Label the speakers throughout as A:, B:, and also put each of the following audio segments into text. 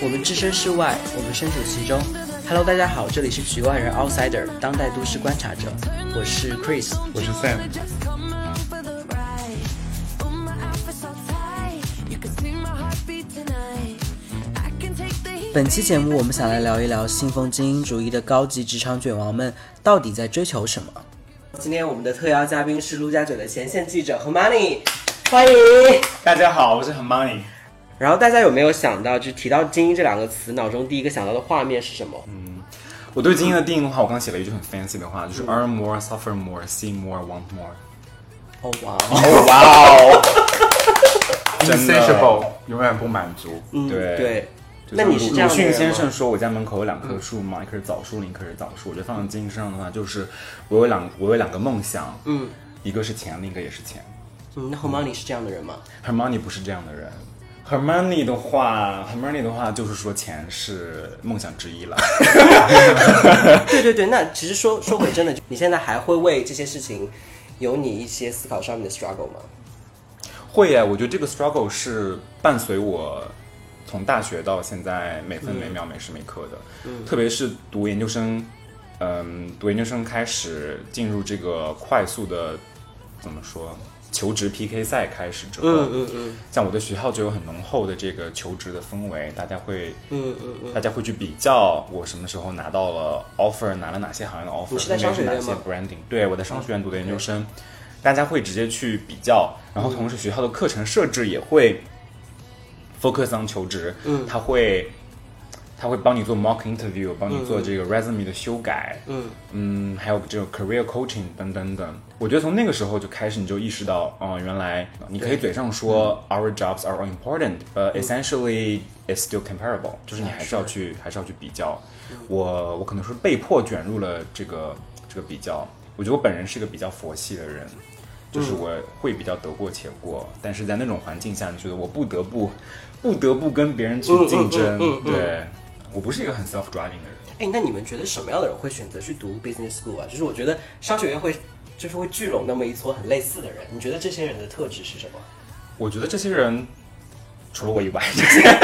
A: 我们置身事外，我们身处其中。Hello，大家好，这里是局外人 Outsider 当代都市观察者，我是 Chris。
B: 我是 Sam，
A: 本期节目我们想来聊一聊信奉精英主义的高级职场卷王们到底在追求什么。今天我们的特邀嘉宾是陆家嘴的前线记者 Humani，欢迎。
B: 大家好，我是 Hermione。
A: 然后大家有没有想到，就提到精英这两个词，脑中第一个想到的画面是什么？
B: 嗯我对精英的定义的话，我刚写了一句很 fancy 的话，就是 earn more, suffer more, see more, want more。
A: 哦哇，
B: 哦哇哦， 真的
C: insatiable，永远不满足。
A: 嗯
B: 对
A: 对，
B: 就
A: 那你是这样
B: 鲁
A: 的人
B: 迅
A: 吗
B: 先生说，我家门口有两棵树嘛，一棵是枣树，另一棵是枣树。我觉得放在精英身上的话，就是我有两我有两个梦想，
A: 嗯
B: 一个是钱，另一个也是钱。
A: 嗯，那 Humani 是这样的人吗？
B: Hermione 不是这样的人。Hermione 的话，Hermione 的话就是说钱是梦想之一了。
A: 对对对，那其实说说回真的，你现在还会为这些事情有你一些思考上面的 struggle 吗？
B: 会耶，我觉得这个 struggle 是伴随我从大学到现在每分每秒、每时每刻的，特别是读研究生，嗯，读研究生开始进入这个快速的怎么说求职 PK 赛开始之后，
A: 嗯嗯
B: 像我的学校就有很浓厚的这个求职的氛围，大家会
A: 嗯嗯嗯，
B: 大家会去比较我什么时候拿到了 offer，拿了哪些行业的 offer，
A: 你是在商学
B: 分别
A: 院
B: 是哪
A: 吗嗯
B: 些 branding？对，我在商学院读的研究生，大家会直接去比较，然后同时学校的课程设置也会 focus on 求职，
A: 嗯
B: 他会他会帮你做 mock interview，帮你做这个 resume 的修改，
A: 嗯
B: 嗯，还有这个 career coaching 等等等。我觉得从那个时候就开始，你就意识到，哦、原来你可以嘴上说
A: 嗯
B: our jobs are important，呃、essentially it's still comparable，就是
A: 啊
B: 你还是要去还是要去比较。
A: 嗯
B: 我我可能是被迫卷入了这个这个比较。我觉得我本人是一个比较佛系的人。就是
A: 嗯
B: 我会比较得过且过，但是在那种环境下，你觉得我不得不，不得不跟别人去
A: 嗯嗯
B: 竞争，
A: 嗯嗯嗯
B: 对我不是一个很 self driving 的人，
A: 哎，那你们觉得什么样的人会选择去读 business school 啊？就是我觉得商学院会就是会聚拢那么一撮很类似的人，你觉得这些人的特质是什么？
B: 我觉得这些人，除了我以 外，这些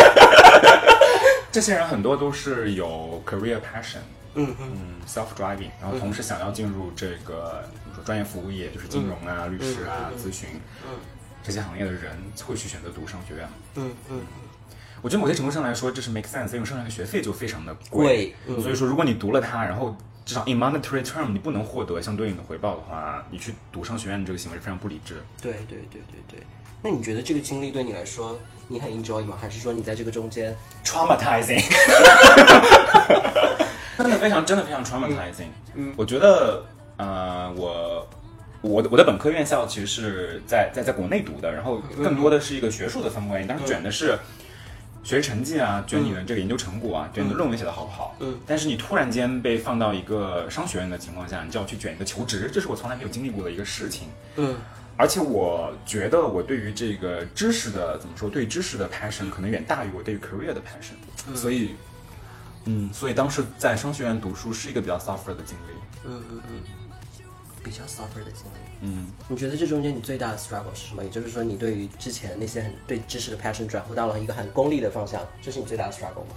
B: 这些人很多都是有 career passion，
A: 嗯嗯
B: 嗯，self driving，然后同时想要进入这个比如说专业服务业，就是金融啊、
A: 嗯
B: 律师啊、咨询，这些行业的人会去选择读商学院。
A: 嗯嗯，
B: 我觉得某些程度上来说，这是 make sense，因为上学的学费就非常的
A: 贵
B: 贵，
A: 嗯
B: 所以说如果你读了它，然后至少 in monetary term 你不能获得相对应的回报的话，你去读商学院这个行为是非常不理智。
A: 对对对对对。那你觉得这个经历对你来说，你很 enjoy 吗？还是说你在这个中间，
B: traumatizing，真的非常真的非常 traumatizing。嗯，我觉得呃，我我的我的本科院校其实是在在在国内读的，然后更多的是一个学术的氛围，当时卷的是。学习成绩啊，卷你的这个研究成果啊，卷你的论文写的好不好？
A: 嗯，
B: 但是你突然间被放到一个商学院的情况下，你就要去卷一个求职，这是我从来没有经历过的一个事情。
A: 嗯
B: 而且我觉得我对于这个知识的怎么说，对于知识的 passion 可能远大于我对于 career 的 passion，、所以，嗯，所以当时在商学院读书是一个比较 suffer 的经历。
A: 嗯嗯嗯，比较 suffer 的经历？
B: 嗯，
A: 你觉得这中间你最大的 struggle 是什么？也就是说，你对于之前那些很对知识的 passion 转换到了一个很功利的方向，这是你最大的 struggle 吗？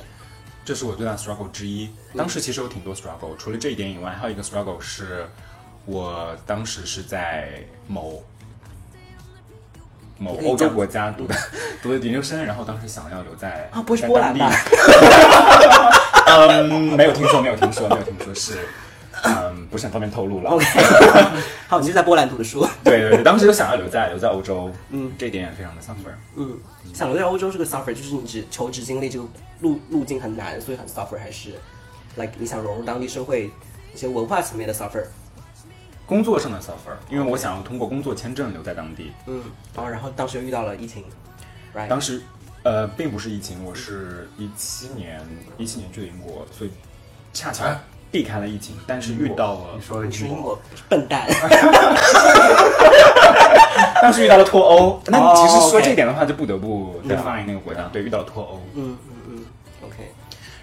B: 这是我最大的 struggle 之一。当时其实有挺多 struggle，除了这一点以外，还有一个 struggle 是我当时是在某某
A: 可以
B: 欧洲
A: 讲
B: 国家读的读的研究生，然后当时想要留在
A: 啊不是
B: 在
A: 波兰
B: 当地
A: 吧
B: 嗯，没有听说，没有听说，没有听说是。嗯，不是很方便透露了。
A: 好，你是在波兰读的书。
B: 对对对，当时就想要留在留在欧洲，嗯，这一点也非常的 suffer。
A: 嗯，想留在欧洲这个 suffer 就是你只求职经历这个路路径很难，所以很 suffer，还是 like 你想融入当地社会一些文化层面的 suffer。
B: 工作上的 suffer，因为我想要通过工作签证留在当地。
A: 嗯，哦，然后当时又遇到了疫情，right？
B: 当时，呃，并不是疫情，我是一七年一七年去的英国，所以恰巧避开了疫情，但是遇到了
C: 你，说的
A: 你是
C: 英
A: 英
C: 国，
A: 国笨 蛋，
B: 当时遇到了脱欧。那
A: 哦
B: 其实说
A: OK
B: 这一点的话，就不得不 define 那个国家，对，遇到了脱欧。
A: 嗯嗯嗯，OK，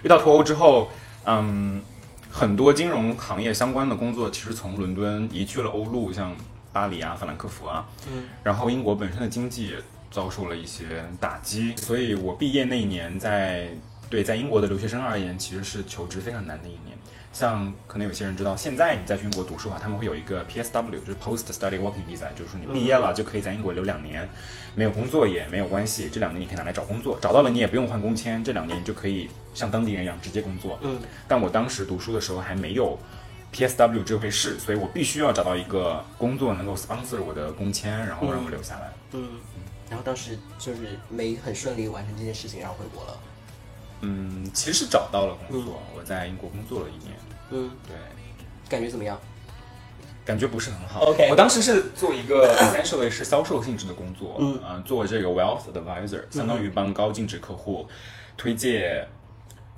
B: 遇到脱欧之后，嗯，很多金融行业相关的工作其实从伦敦移去了欧陆，像巴黎啊、法兰克福啊。
A: 嗯。
B: 然后英国本身的经济也遭受了一些打击，所以我毕业那一年在对在英国的留学生而言，其实是求职非常难的一年。像可能有些人知道，现在你在去英国读书啊，他们会有一个 PSW，就是 Post Study Working Visa，就是你毕业了就可以在英国留两年，没有工作也没有关系，这两年你可以拿来找工作，找到了你也不用换工签，这两年你就可以像当地人一样直接工作。
A: 嗯，
B: 但我当时读书的时候还没有 PSW 这回事，所以我必须要找到一个工作能够 sponsor 我的工签，然后让我留下来。
A: 嗯，然后当时就是没很顺利完成这件事情，然后回国了。
B: 嗯，其实找到了工作，我在英国工作了一年，
A: 嗯，
B: 对，
A: 感觉怎么样？
B: 感觉不是很好。
A: OK
B: 我当时是做一个 essentially 是销售性质的工作，
A: 嗯
B: 呃做这个 wealth advisor，相当于帮高净值客户推荐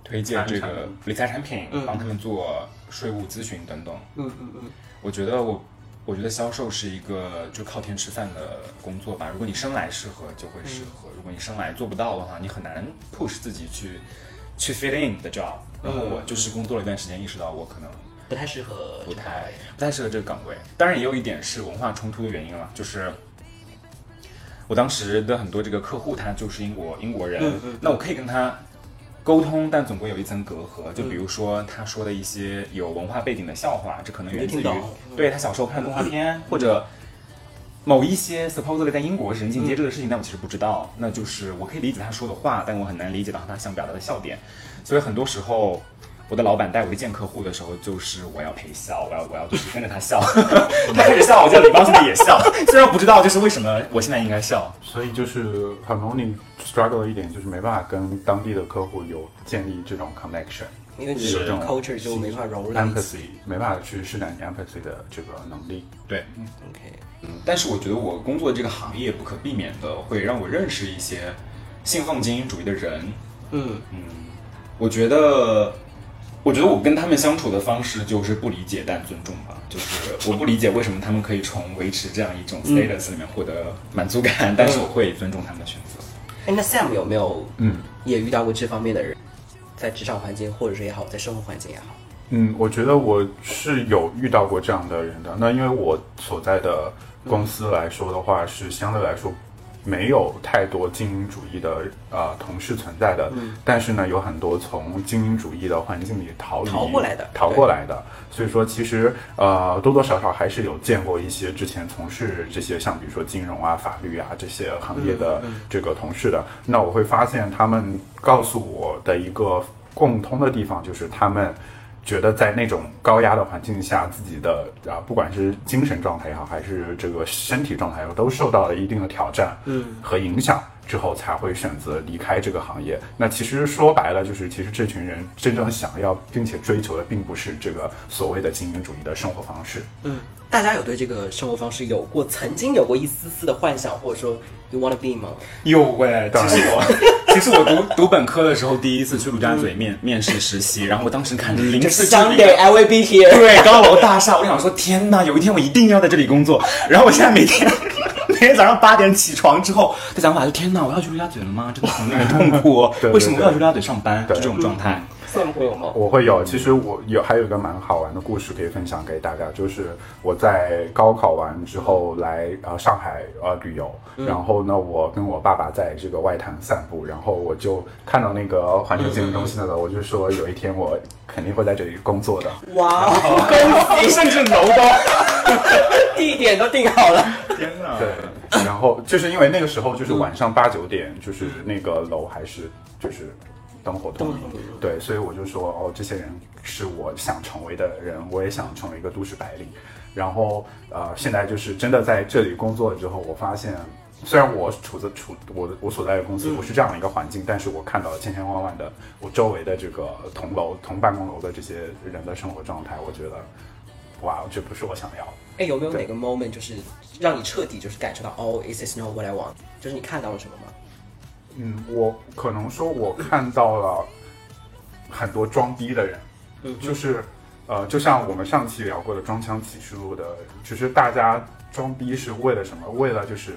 B: 推荐这个理财产品，
A: 嗯
B: 帮他们做税务咨询等等。
A: 嗯嗯嗯，
B: 我觉得我。我觉得销售是一个就靠天吃饭的工作吧。如果你生来适合，就会适合；
A: 嗯
B: 如果你生来做不到的话，你很难 push 自己去去 fit in the job。然后
A: 嗯
B: 我就是工作了一段时间，意识到我可能
A: 不太适合
B: 不太不太适合这个岗位。当然也有一点是文化冲突的原因了，就是我当时的很多这个客户他就是英国英国人，
A: 嗯嗯
B: 那我可以跟他沟通，但总归有一层隔阂。就比如说他说的一些有文化背景的笑话，这可能源自
A: 你
B: 于
A: 听懂
B: 对他小时候看动画片或者。某一些 supposedly 在英国是人尽皆知的事情，但我其实不知道。那就是我可以理解他说的话，但我很难理解到他想表达的笑点。所以很多时候，我的老板带我去见客户的时候，就是我要陪笑，我要我要就是跟着他笑， 他开始笑，我就礼貌性的也笑，虽然我不知道就是为什么我现在应该笑。
C: 所以就是很容易 struggle 的一点，就是没办法跟当地的客户有建立这种 connection，
A: 因为你
B: 是
A: 这种 culture 就没法融入到一起。
C: empathy 没办法去施展你 empathy 的这个能力。
B: 对，
A: OK，
B: 但是我觉得我工作这个行业不可避免的会让我认识一些信奉精英主义的人，
A: 嗯
B: 我觉得，我觉得我跟他们相处的方式就是不理解但尊重吧，就是我不理解为什么他们可以从维持这样一种 status 里面获得满足感，但是我会尊重他们的选择。
A: 哎，那 Sam 有没有
C: 嗯
A: 也遇到过这方面的人？在职场环境，或者是也好，在生活环境也好，
C: 嗯，我觉得我是有遇到过这样的人的。那因为我所在的公司来说的话，是相对来说没有太多精英主义的呃同事存在的，
A: 嗯
C: 但是呢，有很多从精英主义的环境里逃离
A: 逃过来的
C: 逃过来的。所以说，其实呃多多少少还是有见过一些之前从事这些像比如说金融啊、法律啊这些行业的这个同事的。那我会发现他们告诉我的一个共通的地方就是他们。觉得在那种高压的环境下，自己的啊，不管是精神状态也好，还是这个身体状态也好，都受到了一定的挑战，嗯，和影响之后，才会选择离开这个行业。那其实说白了，就是其实这群人真正想要并且追求的，并不是这个所谓的精英主义的生活方式。
A: 嗯，大家有对这个生活方式有过曾经有过一丝丝的幻想，或者说 you wanna be 吗？
B: 有喂，
C: 当
B: 其
C: 然。
B: 实 我其实我读读本科的时候，第一次去陆家嘴面、面试实习，然后我当时看着零四
A: Someday I will be here。
B: 对高楼大厦，我想说天哪，有一天我一定要在这里工作。然后我现在每天 每天早上八点起床之后的想法是天哪，我要去陆家嘴了吗？真的很令人痛苦 哦
C: 对对对
B: 为什么我要去陆家嘴上班？就
C: 对
B: 这种状 态。
A: ，Sam 会有吗？
C: 我会有，其实我有还有一个蛮好玩的故事可以分享给大家，就是我在高考完之后来呃上海呃旅游，然后呢我跟我爸爸在这个外滩散步，然后我就看到那个环球金融中心的楼，我就说有一天我肯定会在这里工作的，
A: 哇，恭喜，
B: 甚至楼高。
A: 地点都定好了。
B: 天
A: 啊
B: 哪！
C: 对，然后就是因为那个时候就是晚
A: 嗯
C: 上八九点，就是那个楼还是就是灯火通明
A: 灯火通明，
C: 对，所以我就说哦，这些人是我想成为的人，我也想成为一个都市白领。然后呃，现在就是真的在这里工作了之后，我发现。虽然我处在处我的我所在的公司不是这样的一个环境，但是我看到了千千万万的我周围的这个同楼同办公楼的这些人的生活状态，我觉得，哇，这不是我想要的。
A: 哎，有没有哪个 moment 就是让你彻底就是感受到哦，this is not what I want，就是你看到了什么吗？
C: 嗯，我可能说我看到了很多装逼的人，
A: 嗯
C: 就是呃，就像我们上期聊过的《装腔启示录》的，就是大家装逼是为了什么？为了就是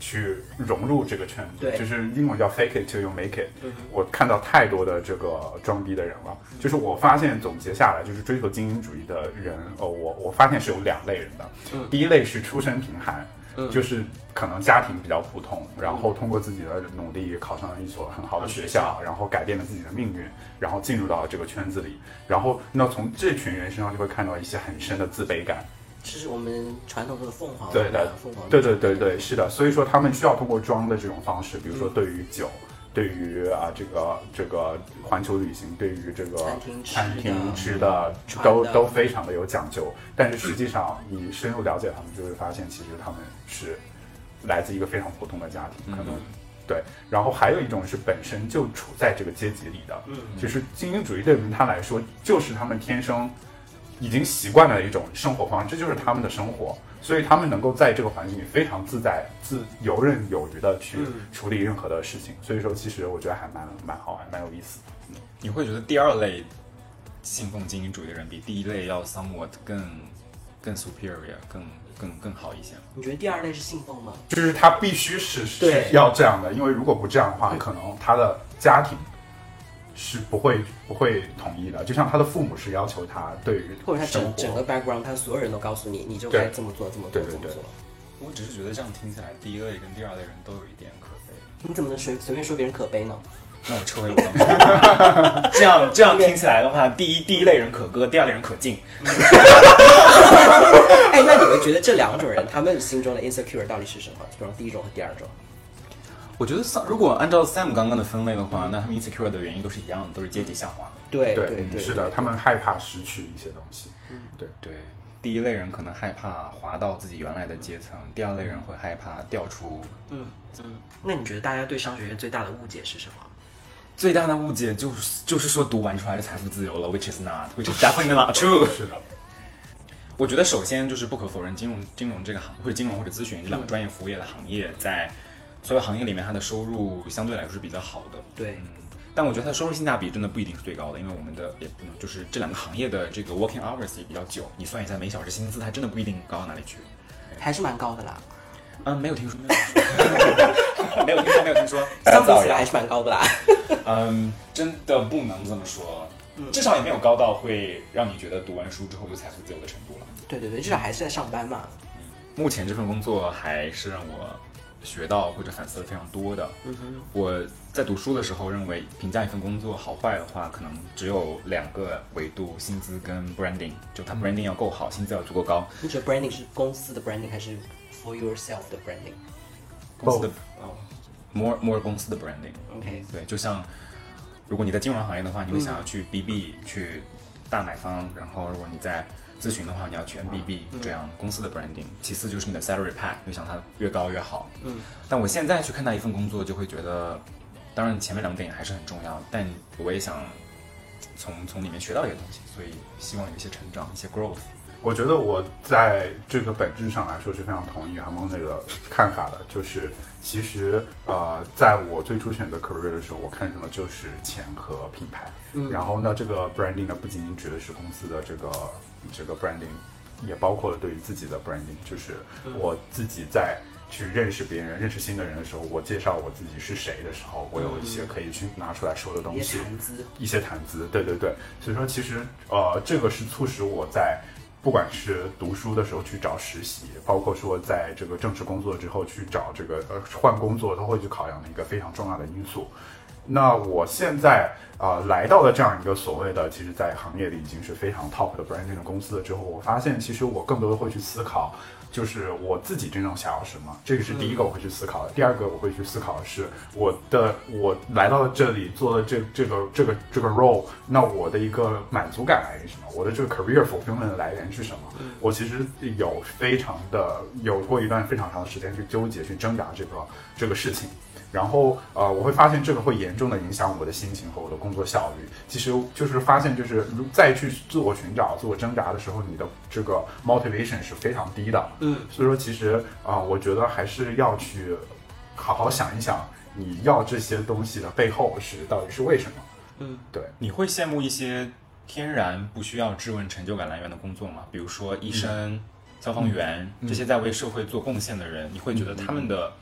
C: 去融入这个圈子，
A: 对嗯
C: 就是英文叫 fake it till you make it。我看到太多的这个装逼的人了，就是我发现总结下来，就是追呃求精英主义的人，哦，我我发现是有两类人的，第一类是出身贫寒。就是可能家庭比较普通，然后通过自己的努力考上了一所很好的学校，然后改变了自己的命运，然后进入到了这个圈子里，然后那从这群人身上就会看到一些很深的自卑感。
A: 这是我们传统的凤凰，
C: 对的
A: 凤凰，
C: 对对对对，是的。所以说他们需要通过装的这种方式，比如
A: 嗯
C: 说对于酒，对于啊这个这个环球旅行，对于这个
A: 餐厅吃的
C: 餐厅吃的
A: 穿的
C: 都都非常的有讲究。但是 实际上你深入了解他们，就会发现其实他们是来自一个非常普通的家庭，可能。对，然后还有一种是本身就处在这个阶级里的，嗯，就是精英主义对于他来说，就是他们天生已经习惯了一种生活方式，这就是他们的生活，所以他们能够在这个环境里非常自在、自游刃有余的去处理任何的事情。所以说，其实我觉得还蛮蛮好玩、蛮有意思。
B: 你会觉得第二类信奉精英主义的人比第一类要 somewhat 更更 superior，更更更好一些吗？
A: 你觉得第二类是信奉吗？
C: 就是他必须是是
A: 对
C: 要这样的，因为如果不这样的话，可能他的家庭是不会不会同意的。就像他的父母是要求他对于
A: 或者他
C: 生活
A: 整整个 background，他所有人都告诉你，你就
C: 对
A: 该这么做，这么做，
C: 对对
A: 这么
C: 对
A: 做。
B: 我只是觉得这样听起来，第一类跟第二类人都有一点可悲。
A: 你怎么能随随便说别人可悲呢？
B: 那我撤回我刚才的 这样这样听起来的话，第一第一类人可歌，第二类人可敬。
A: 哎，那你们觉得这两种人，他们心中的 insecure 到底是什么？比如第一种和第二种，
B: 我觉得 Sam 如果按照 Sam 刚刚的分类的话，那他们 insecure 的原因都是一样的，都是阶级下滑。
A: 对
C: 对嗯
A: 对对，
C: 是的，他们害怕失去一些东西。对，
B: 对，第一类人可能害怕滑到自己原来的阶层，第二类人会害怕掉出。
A: 嗯嗯。那你觉得大家对商学院最大的误解是什么？
B: 最大的误解就是就是说读完出来就财富自由了，which is not，which is definitely not true。
C: 是的。
B: 我觉得首先就是不可否认，金融金融这个行或者金融或者咨询这两个专业服务业的行业，在所有行业里面，它的收入相对来说是比较好的。
A: 对，
C: 嗯
B: 但我觉得它收入性价比真的不一定是最高的，因为我们的也不能就是这两个行业的这个 working hours 也比较久，你算一下每小时薪资，它真的不一定高到哪里去。
A: 还是蛮高的啦，
B: 嗯，没有听说， 没有听说，没有听说，
C: 哎
A: 相比起来还是蛮高的啦。
B: 嗯，真的不能这么说，至少也没有高到会让你觉得读完书之后就财富自由的程度了。
A: 对对对，至少还是在上班嘛。
B: 目前这份工作还是让我学到或者反思的非常多的。我在读书的时候认为，评价一份工作好坏的话，可能只有两个维度：薪资跟 branding。就它 branding 要够好，薪资要足够高。
A: 你觉得 branding 是公司的 branding 还是 for yourself 的 branding？OK，、
B: 公司的哦，more more 公司的 branding。对，
A: 嗯
B: 就像如果你在金融行业的话，你会想要去 BB、去大买方，然后如果你在咨询的话，你要去 MBB 这样公司的 branding。其次就是你的 salary pack，你想它越高越好。嗯，但我现在去看待一份工作，就会觉得，当然前面两点还是很重要，但我也想从从里面学到一些东西，所以希望有一些成长，一些 growth。
C: 我觉得我在这个本质上来说是非常同意韩梦那个看法的，就是其实呃，在我最初选择 career 的时候，我看中的就是钱和品牌。
A: 嗯
C: 然后呢，这个 branding 呢，不仅仅指的是公司的这个这个 branding，也包括了对于自己的 branding，就是
A: 嗯
C: 我自己在。去认识别人、认识新的人的时候，我介绍我自己是谁的时候，我有一些可以去拿出来说的东
A: 一
C: 西
A: 些。谈资。
C: 一些谈资，对对对，所以说其实呃，这个是促使我在不管是读书的时候去找实习，包括说在这个正式工作之后去找这个呃换工作，都会去考量的一个非常重要的因素。那我现在啊、呃来到了这样一个所谓的，其实，在行业里已经是非常 top 的 branding 的公司了之后，我发现其实我更多的会去思考，就是我自己真正想要什么，这个是第一个我会去思考的。第二个我会去思考的是我的我来到了这里做了这这个这个这个 role，那我的一个满足感来源是什么？我的这个 career fulfillment 的来源是什么？我其实有非常的有过一段非常长的时间去纠结去挣扎这个这个事情。然后呃，我会发现这个会严重的影响我的心情和我的工作效率。其实就是发现，就是如再去自我寻找、自我挣扎的时候，你的这个 motivation 是非常低的。
A: 嗯，
C: 所以说其实啊、呃我觉得还是要去好好想一想，你要这些东西的背后是到底是为什么。
A: 嗯，
C: 对。
B: 你会羡慕一些天然不需要质问成就感来源的工作吗？比如说医生、消防员、这些在为社会做贡献的人，你会觉得他们的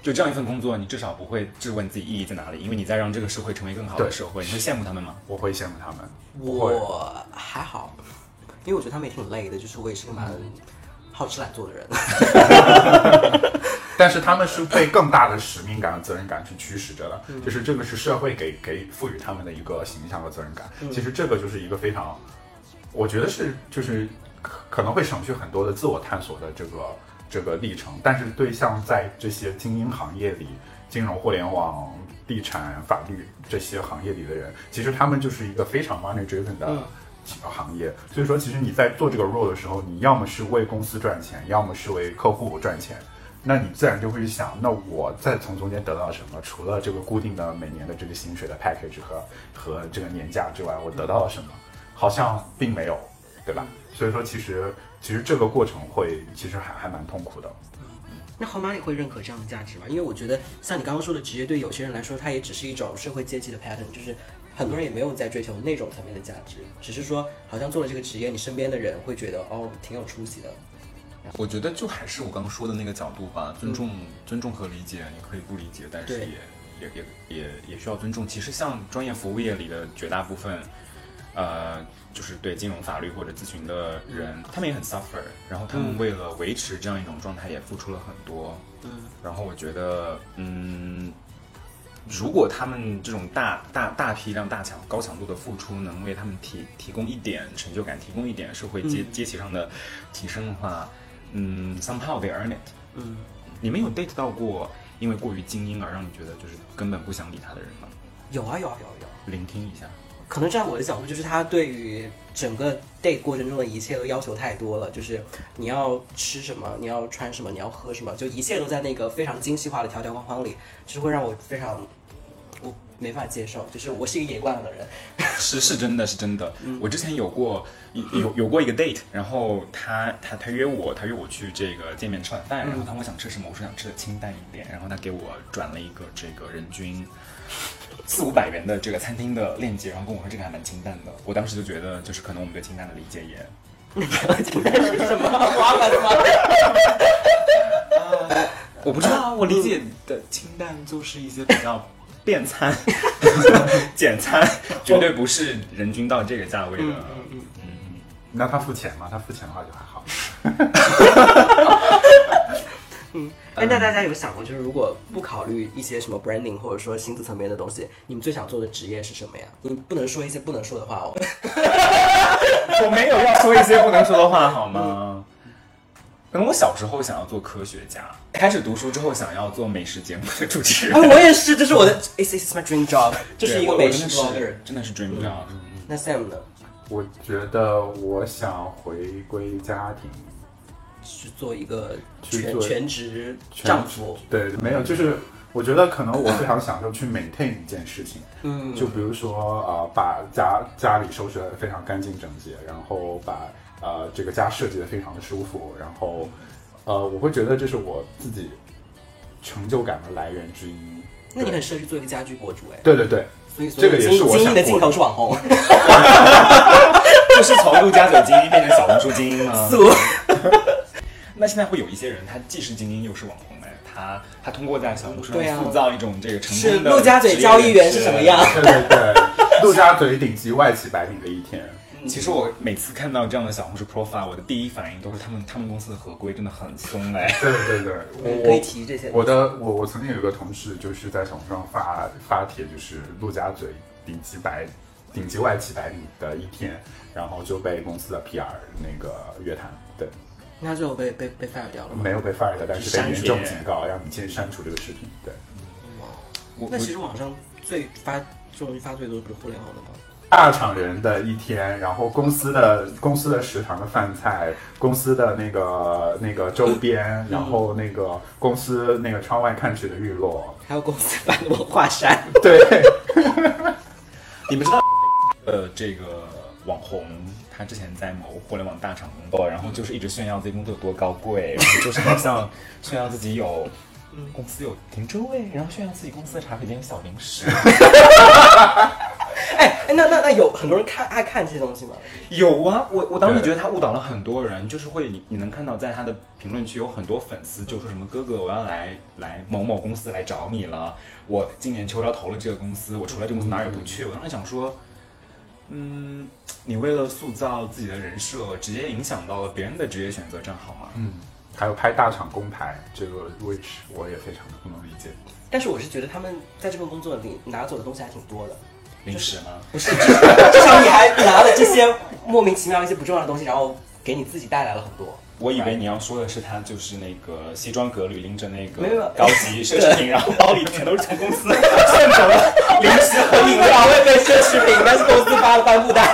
B: 就这样一份工作，你至少不会质问自己意义在哪里，因为你在让这个社会成为更好的
C: 对
B: 社会。你会羡慕他们吗？
C: 我会羡慕他们。不会嗯
A: 我还好，因为我觉得他们也挺累的，就是我也是个蛮好吃懒做的人。
C: 但是他们是被更大的使命感和责任感去驱使着的，就是这个是社会给给赋予他们的一个形象和责任感。其实这个就是一个非常，我觉得是就是可可能会省去很多的自我探索的这个这个历程，但是对像在这些精英行业里，金融、互联网、地产、法律这些行业里的人，其实他们就是一个非常 money driven 的。
A: 嗯
C: 几个行业，所以说其实你在做这个 role 的时候，你要么是为公司赚钱，要么是为客户赚钱，那你自然就会想，那我再从中间得到什么？除了这个固定的每年的这个薪水的 package 和和这个年假之外，我得到了什么？好像并没有，对吧？所以说其实其实这个过程会其实还还蛮痛苦的。
A: 那后妈你会认可这样的价值吗？因为我觉得像你刚刚说的职业，对有些人来说，它也只是一种社会阶级的 pattern，就是很多人也没有在追求那种层面的价值，只是说好像做了这个职业，你身边的人会觉得哦挺有出息的。
B: 我觉得就还是我刚说的那个角度吧，尊重、尊重和理解，你可以不理解，但是
A: 对
B: 也也也也也需要尊重。其实像专业服务业里的绝大部分，呃，就是对金融、法律或者咨询的人，他们也很 suffer，然后他们为了维持这样一种状态，也付出了很多。
A: 嗯，
B: 然后我觉得，嗯，如果他们这种大大大批量、大强、高强度的付出，能为他们提提供一点成就感，提供一点社会阶、阶级上的提升的话，嗯，somehow they earn it。
A: 嗯，
B: 你们有 date 到过因为过于精英而让你觉得就是根本不想理他的人吗？
A: 有啊有啊有啊有啊。
B: 聆听一下，
A: 可能站我的角度，就是他对于整个 date 过程中的一切都要求太多了，就是你要吃什么，你要穿什么，你要喝什么，就一切都在那个非常精细化的条条框框里，就是会让我非常我没法接受，就是我是一个野惯了的人，
B: 是是真的是真的。我之前有过有有有过一个 date，然后他他他约我，他约我去这个店面吃晚饭，然后他问我想吃什么，我说想吃的清淡一点，然后他给我转了一个这个人均四五百元的这个餐厅的链接，然后跟我说这个还蛮清淡的。我当时就觉得就是可能我们对清淡的理解也
A: 什么花了什 么，
B: 我不知道，啊嗯我理解的清淡就是一些比较便 餐、简餐，绝对不是人均到这个价位的。
C: 那他付钱吗？他付钱的话就还好。
A: 哎，那大家有想过，就是如果不考虑一些什么 branding 或者说薪资层面的东西，你们最想做的职业是什么呀？你不能说一些不能说的 话哦。
B: 我没有要说一些不能说的话，好
A: 嗯
B: 吗？可能我小时候想要做科学家，开始读书之后想要做美食节目的主持
A: 哎，
B: 人，
A: 我也是，这是我的，it's it's my dream job，就是一个
B: 对
A: 美食
B: 我我真
A: blogger
B: 的是。真的是 dream job。
A: 那 Sam 呢？
C: 我觉得我想回归家庭，
A: 去做一个
C: 去
A: 全
C: 做
A: 全职
C: 全
A: 丈夫。
C: 对，没有，就是我觉得可能我非常享受去 maintain 一件事情，
A: 嗯
C: 就比如说呃，把家家里收拾得非常干净整洁，然后把呃这个家设计得非常的舒服，然后呃我会觉得这是我自己成就感的来源之一。
A: 那你很适合去做一个家居博主哎，
C: 对对对，
A: 所以所
C: 这
A: 有
C: 个也
A: 精
C: 是我
A: 精英
C: 想
A: 的
C: 过嗯
A: 镜头是网红，
B: 就是从陆家嘴精英变成小红书精英了。
A: 素
C: 嗯
B: 那现在会有一些人，他既是精英又是网红哎，他他通过在小红书
A: 对啊
B: 上塑造一种这个成
A: 是
C: 嗯
B: 功的
A: 陆家嘴
B: 职业
A: 交易员是
B: 士
A: 什么样？
C: 对对对，陆家嘴顶级外企白领的一天。
B: 嗯其实我每次看到这样的小红书 profile，我的第一反应都是他们他们公司的合规真的很松哎。
C: 对对对，我
A: 可以提这些
C: 我的我我曾经有一个同事就是在小红书上发发帖，就是陆家嘴顶级白顶级外企白领的一天，然后就被公司的 PR 那个约谈，对，
A: 那最后被被被 fire 掉了吗？
C: 没有被 fire 的，但是被
B: 删
C: 严
B: 帖
C: 重警告，让你先删除这个视频，对。
B: 我
A: 那其实网上最发最容易发最多不是互联网的吗？
C: 大厂人的一天，然后公司的公司的食堂的饭菜，公司的那个那个周边，然后那个公司那个窗外看去的日 落，
A: 还有公司版的文化衫，
C: 对，
B: 你们知道，呃，这个网红他之前在某互联网大厂工作，然后就是一直炫耀自己工作有多高贵，然后就是好像炫耀自己有。公司有停车位，然后炫耀自己公司的茶水间有小零食。
A: 哎哎，那那那有很多人看爱看这些东西吗？
B: 有啊，我我当时觉得他误导了很多人，就是会你你能看到在他的评论区有很多粉丝就说什么哥哥，我要来来某某公司来找你了，我今年秋招投了这个公司，我除了这个公司哪儿也不去。我当时想说，嗯，你为了塑造自己的人设，直接影响到了别人的职业选择，这样好吗？
C: 嗯，还有拍大厂工牌这个位置，我也非常的不能理解。
A: 但是我是觉得他们在这份工作里拿走的东西还挺多的，
B: 零食吗？
A: 不是，至少至少你还拿了这些莫名其妙一些不重要的东西，然后给你自己带来了很多。
B: 我以为你要说的是他就是那个西装革履拎着那
A: 没有
B: 个高 级奢侈品，然后包里全都是从公司送走的零食和饮料。
A: 我也被奢侈品，但是公司发了帆布 袋，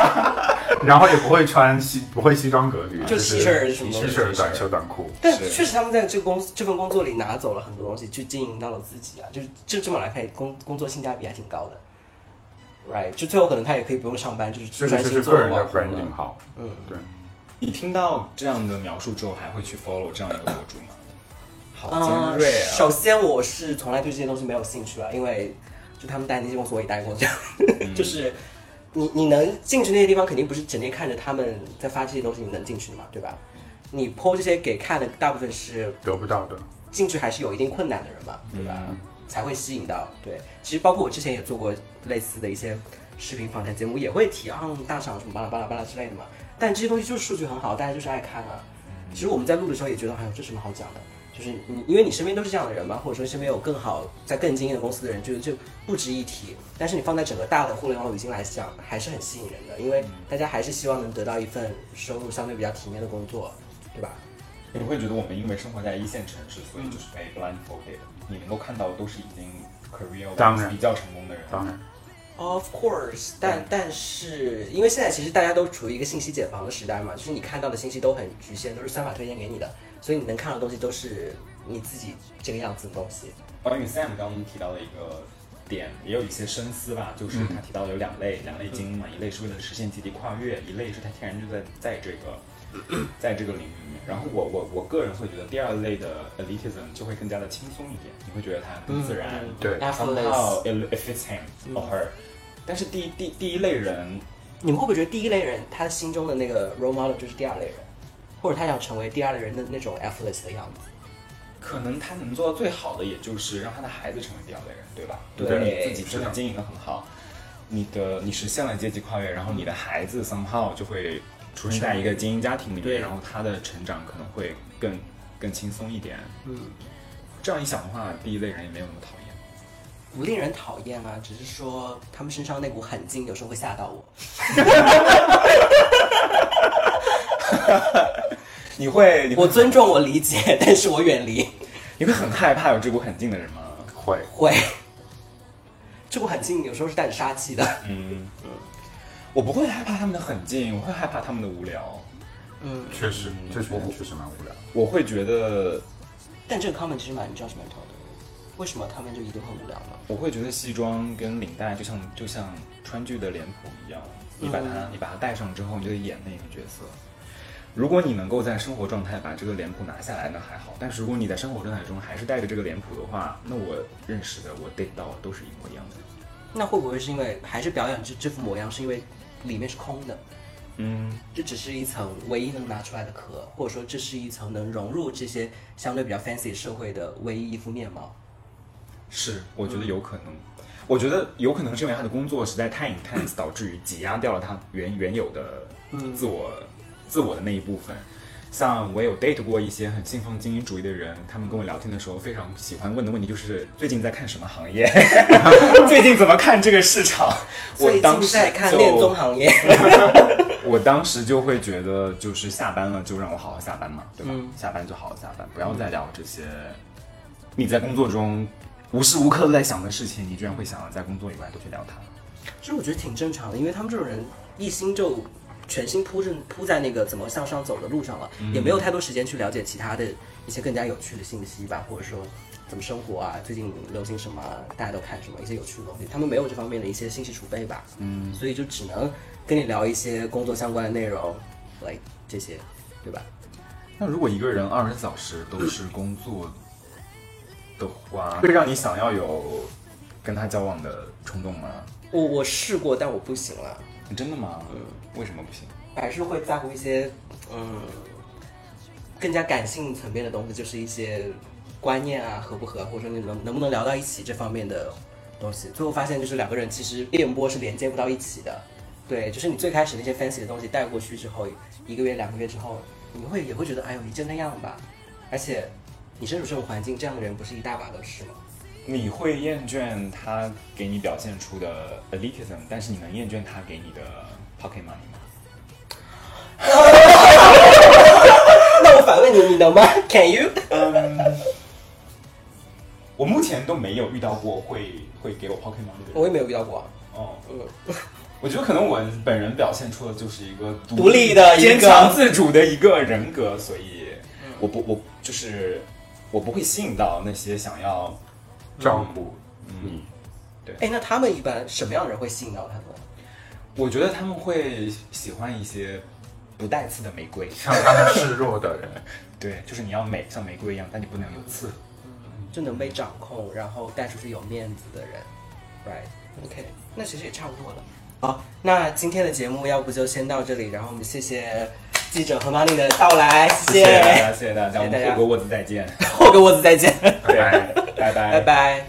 C: 然后也不会穿西，不会西装革履，
A: 就是 T 恤儿什么
C: ，T
A: 东西
C: 恤儿、短袖、短裤。
A: 但
B: 是
A: 确实他们在这个工这份工作里拿走了很多东西，去经营到了自己啊，就是这这么来看，工工作性价比还挺高的。Right，就最后可能他也可以不用上班，就
C: 这
A: 是
C: 个
A: 专
C: 就
A: 心
C: 是
A: 做
C: 个人的
A: 网红
C: branding
A: 了。
C: 好，
A: 嗯，
C: 对，
B: 你听到这样的描述之后，还会去 follow 这样一个博主吗？好
A: 啊
B: 尖锐啊！
A: 首先我是从来对这些东西没有兴趣啊，因为就他们待的那些公司我也待过，这样、
B: 嗯
A: 就是你你能进去那些地方，肯定不是整天看着他们在发这些东西，你能进去的嘛，对吧？你剖这些给看的，大部分是
C: 得不到的。
A: 进去还是有一定困难的人嘛，对吧？才会吸引到。对，其实包括我之前也做过类似的一些视频访谈节目，也会提啊大厂什么巴拉巴拉巴拉之类的嘛。但这些东西就是数据很好，大家就是爱看啊。其实我们在录的时候也觉得，哎呦，这什么好讲的？就是你，因为你身边都是这样的人嘛，或者说身边有更好、在更经验的公司的人，就是这不值一提。但是你放在整个大的互联网语境来讲，还是很吸引人的，因为大家还是希望能得到一份收入相对比较体面的工作，对吧？
B: 你会觉得我们因为生活在一线城市，所以就是被 blindfolded，你能够看到的都是已经 career
C: 当然
B: 比较成功的人。
C: 当然，
A: Of course，但但是因为现在其实大家都处于一个信息茧房的时代嘛，就是你看到的信息都很局限，都是算法推荐给你的，所以你能看到的东西都是你自己这个样子的东西。
B: 关于 Sam 刚刚提到的一个点，也有一些深思吧，就是他提到有两类、两类精英嘛，一类是为了实现阶级跨越，一类是他天然就在在这个在这个领域里面。然后我我我个人会觉得第二类的 elitism 就会更加的轻松一点，你会觉得他更自然，
A: 嗯
C: 对
A: Effortless
B: somehow it it fits him
A: Mm.
B: or her。但是第第第一类人，
A: 你们会不会觉得第一类人他心中的那个 role model 就是第二类人，或者他想成为第二类人的那种 effortless 的样子？
B: 可能他能做到最好的，也就是让他的孩子成为第二类人，对吧？
A: 对
B: 如果你自己真的经营的很好，你的你实现了阶级跨越，然后你的孩子 somehow 就会出生在一个精英家庭里
A: 对
B: 面，然后他的成长可能会更更轻松一点。
A: 嗯，
B: 这样一想的话，第一类人也没有那么讨厌。
A: 不令人讨厌啊，只是说他们身上那股狠劲有时候会吓到我。
B: 你会 你
A: 我
B: 会
A: 尊重，我理解， 但是我远离。
B: 你会很害怕有这股很劲的人吗？
C: 会
A: 会，这股狠劲有时候是带着杀气的。
B: 嗯我不会害怕他们的很劲，我会害怕他们的无聊。
A: 嗯，
C: 确实，这群人确实蛮无聊。
B: 我会觉得
A: 但这个 comment 其实蛮 judgmental 的，为什么他们就一定很无聊呢？
B: 我会觉得西装跟领带就像就像川剧的脸谱一样，你把它、你把它戴上之后，你就得演那个角色。如果你能够在生活状态把这个脸谱拿下来，那还好；但是如果你在生活状态中还是带着这个脸谱的话，那我认识的我 date 到的都是一模一样的。
A: 那会不会是因为还是表演这这副模样，是因为里面是空的，
B: 嗯，
A: 这只是一层唯一能拿出来的壳，或者说这是一层能融入这些相对比较 fancy 社会的唯一一副面貌？
B: 是，我
A: 嗯
B: 觉得有可能。我觉得有可能是因为他的工作实在太 intense，导致于挤压掉了他原原有的
A: 嗯
B: 自我、自我的那一部分。像我有 date 过一些很信奉精英主义的人，他们跟我聊天的时候，非常喜欢问的问题就是最近在看什么行业， 最近怎么看这个市场。我
A: 最
B: 当
A: 近
B: 时
A: 在看
B: 就
A: 恋综行业，
B: 我当时就会觉得，就是下班了就让我好好下班嘛，对吧？
A: 嗯
B: 下班就好好下班，不要再聊这些你在工作中无时无刻都在想的事情，你居然会想要在工作以外都去聊它。
A: 其实我觉得挺正常的，因为他们这种人一心就全心扑正扑在那个怎么向上走的路上了，也没有太多时间去了解其他的一些更加有趣的信息吧，或者说怎么生活啊，最近流行什么啊，大家都看什么一些有趣的东西，他们没有这方面的一些信息储备吧，嗯，所以就只能跟你聊一些工作相关的内容，like 这些，对吧？
B: 那如果一个人二十小时都是工作的话，会让你想要有跟他交往的冲动吗？
A: 我我试过，但我不行了，
B: 真的吗？为什么不行？
A: 还是会在乎一些嗯更加感性层面的东西，就是一些观念啊合不合，或者说你能能不能聊到一起这方面的东西。最后发现就是两个人其实电波是连接不到一起的，对，就是你最开始那些 fancy 的东西带过去之后，一个月、两个月之后，你会也会觉得，哎呦，也就那样吧。而且，你身处这种环境，这样的人不是一大把都是吗？
B: 你会厌倦他给你表现出的 elitism，但是你能厌倦他给你的 pocket money 吗？
A: 那我反问你，你能吗？Can you？
B: 我目前都没有遇到过会会给我 pocket money 的
A: 我也
B: 人。
A: 没有遇到过啊。
B: 哦，
A: 嗯，
B: 我觉得可能我本人表现出的就是一个
A: 独立的一个嗯
B: 坚强自主的一个人格，所以我不我就是我不会吸引到那些想要
C: 照顾
B: 嗯
C: 你，
A: 哎，那他们一般什么样的人会吸引到他们？
B: 我觉得他们会喜欢一些不带刺的玫瑰，
C: 像他们示弱的人，
B: 对，就是你要美像玫瑰一样，但你不能有刺。
A: 就能被掌控，然后带出去有面子的人，right？OK，、那其实也差不多了。好，那今天的节目要不就先到这里，然后我们谢谢记者和 Money 的到来，谢
B: 谢谢大家，谢谢大家，我
A: 谢谢大
B: 们
A: 家
B: 霍格沃兹再见，
A: 霍格沃兹再见，
B: 对，拜拜，
A: 拜拜。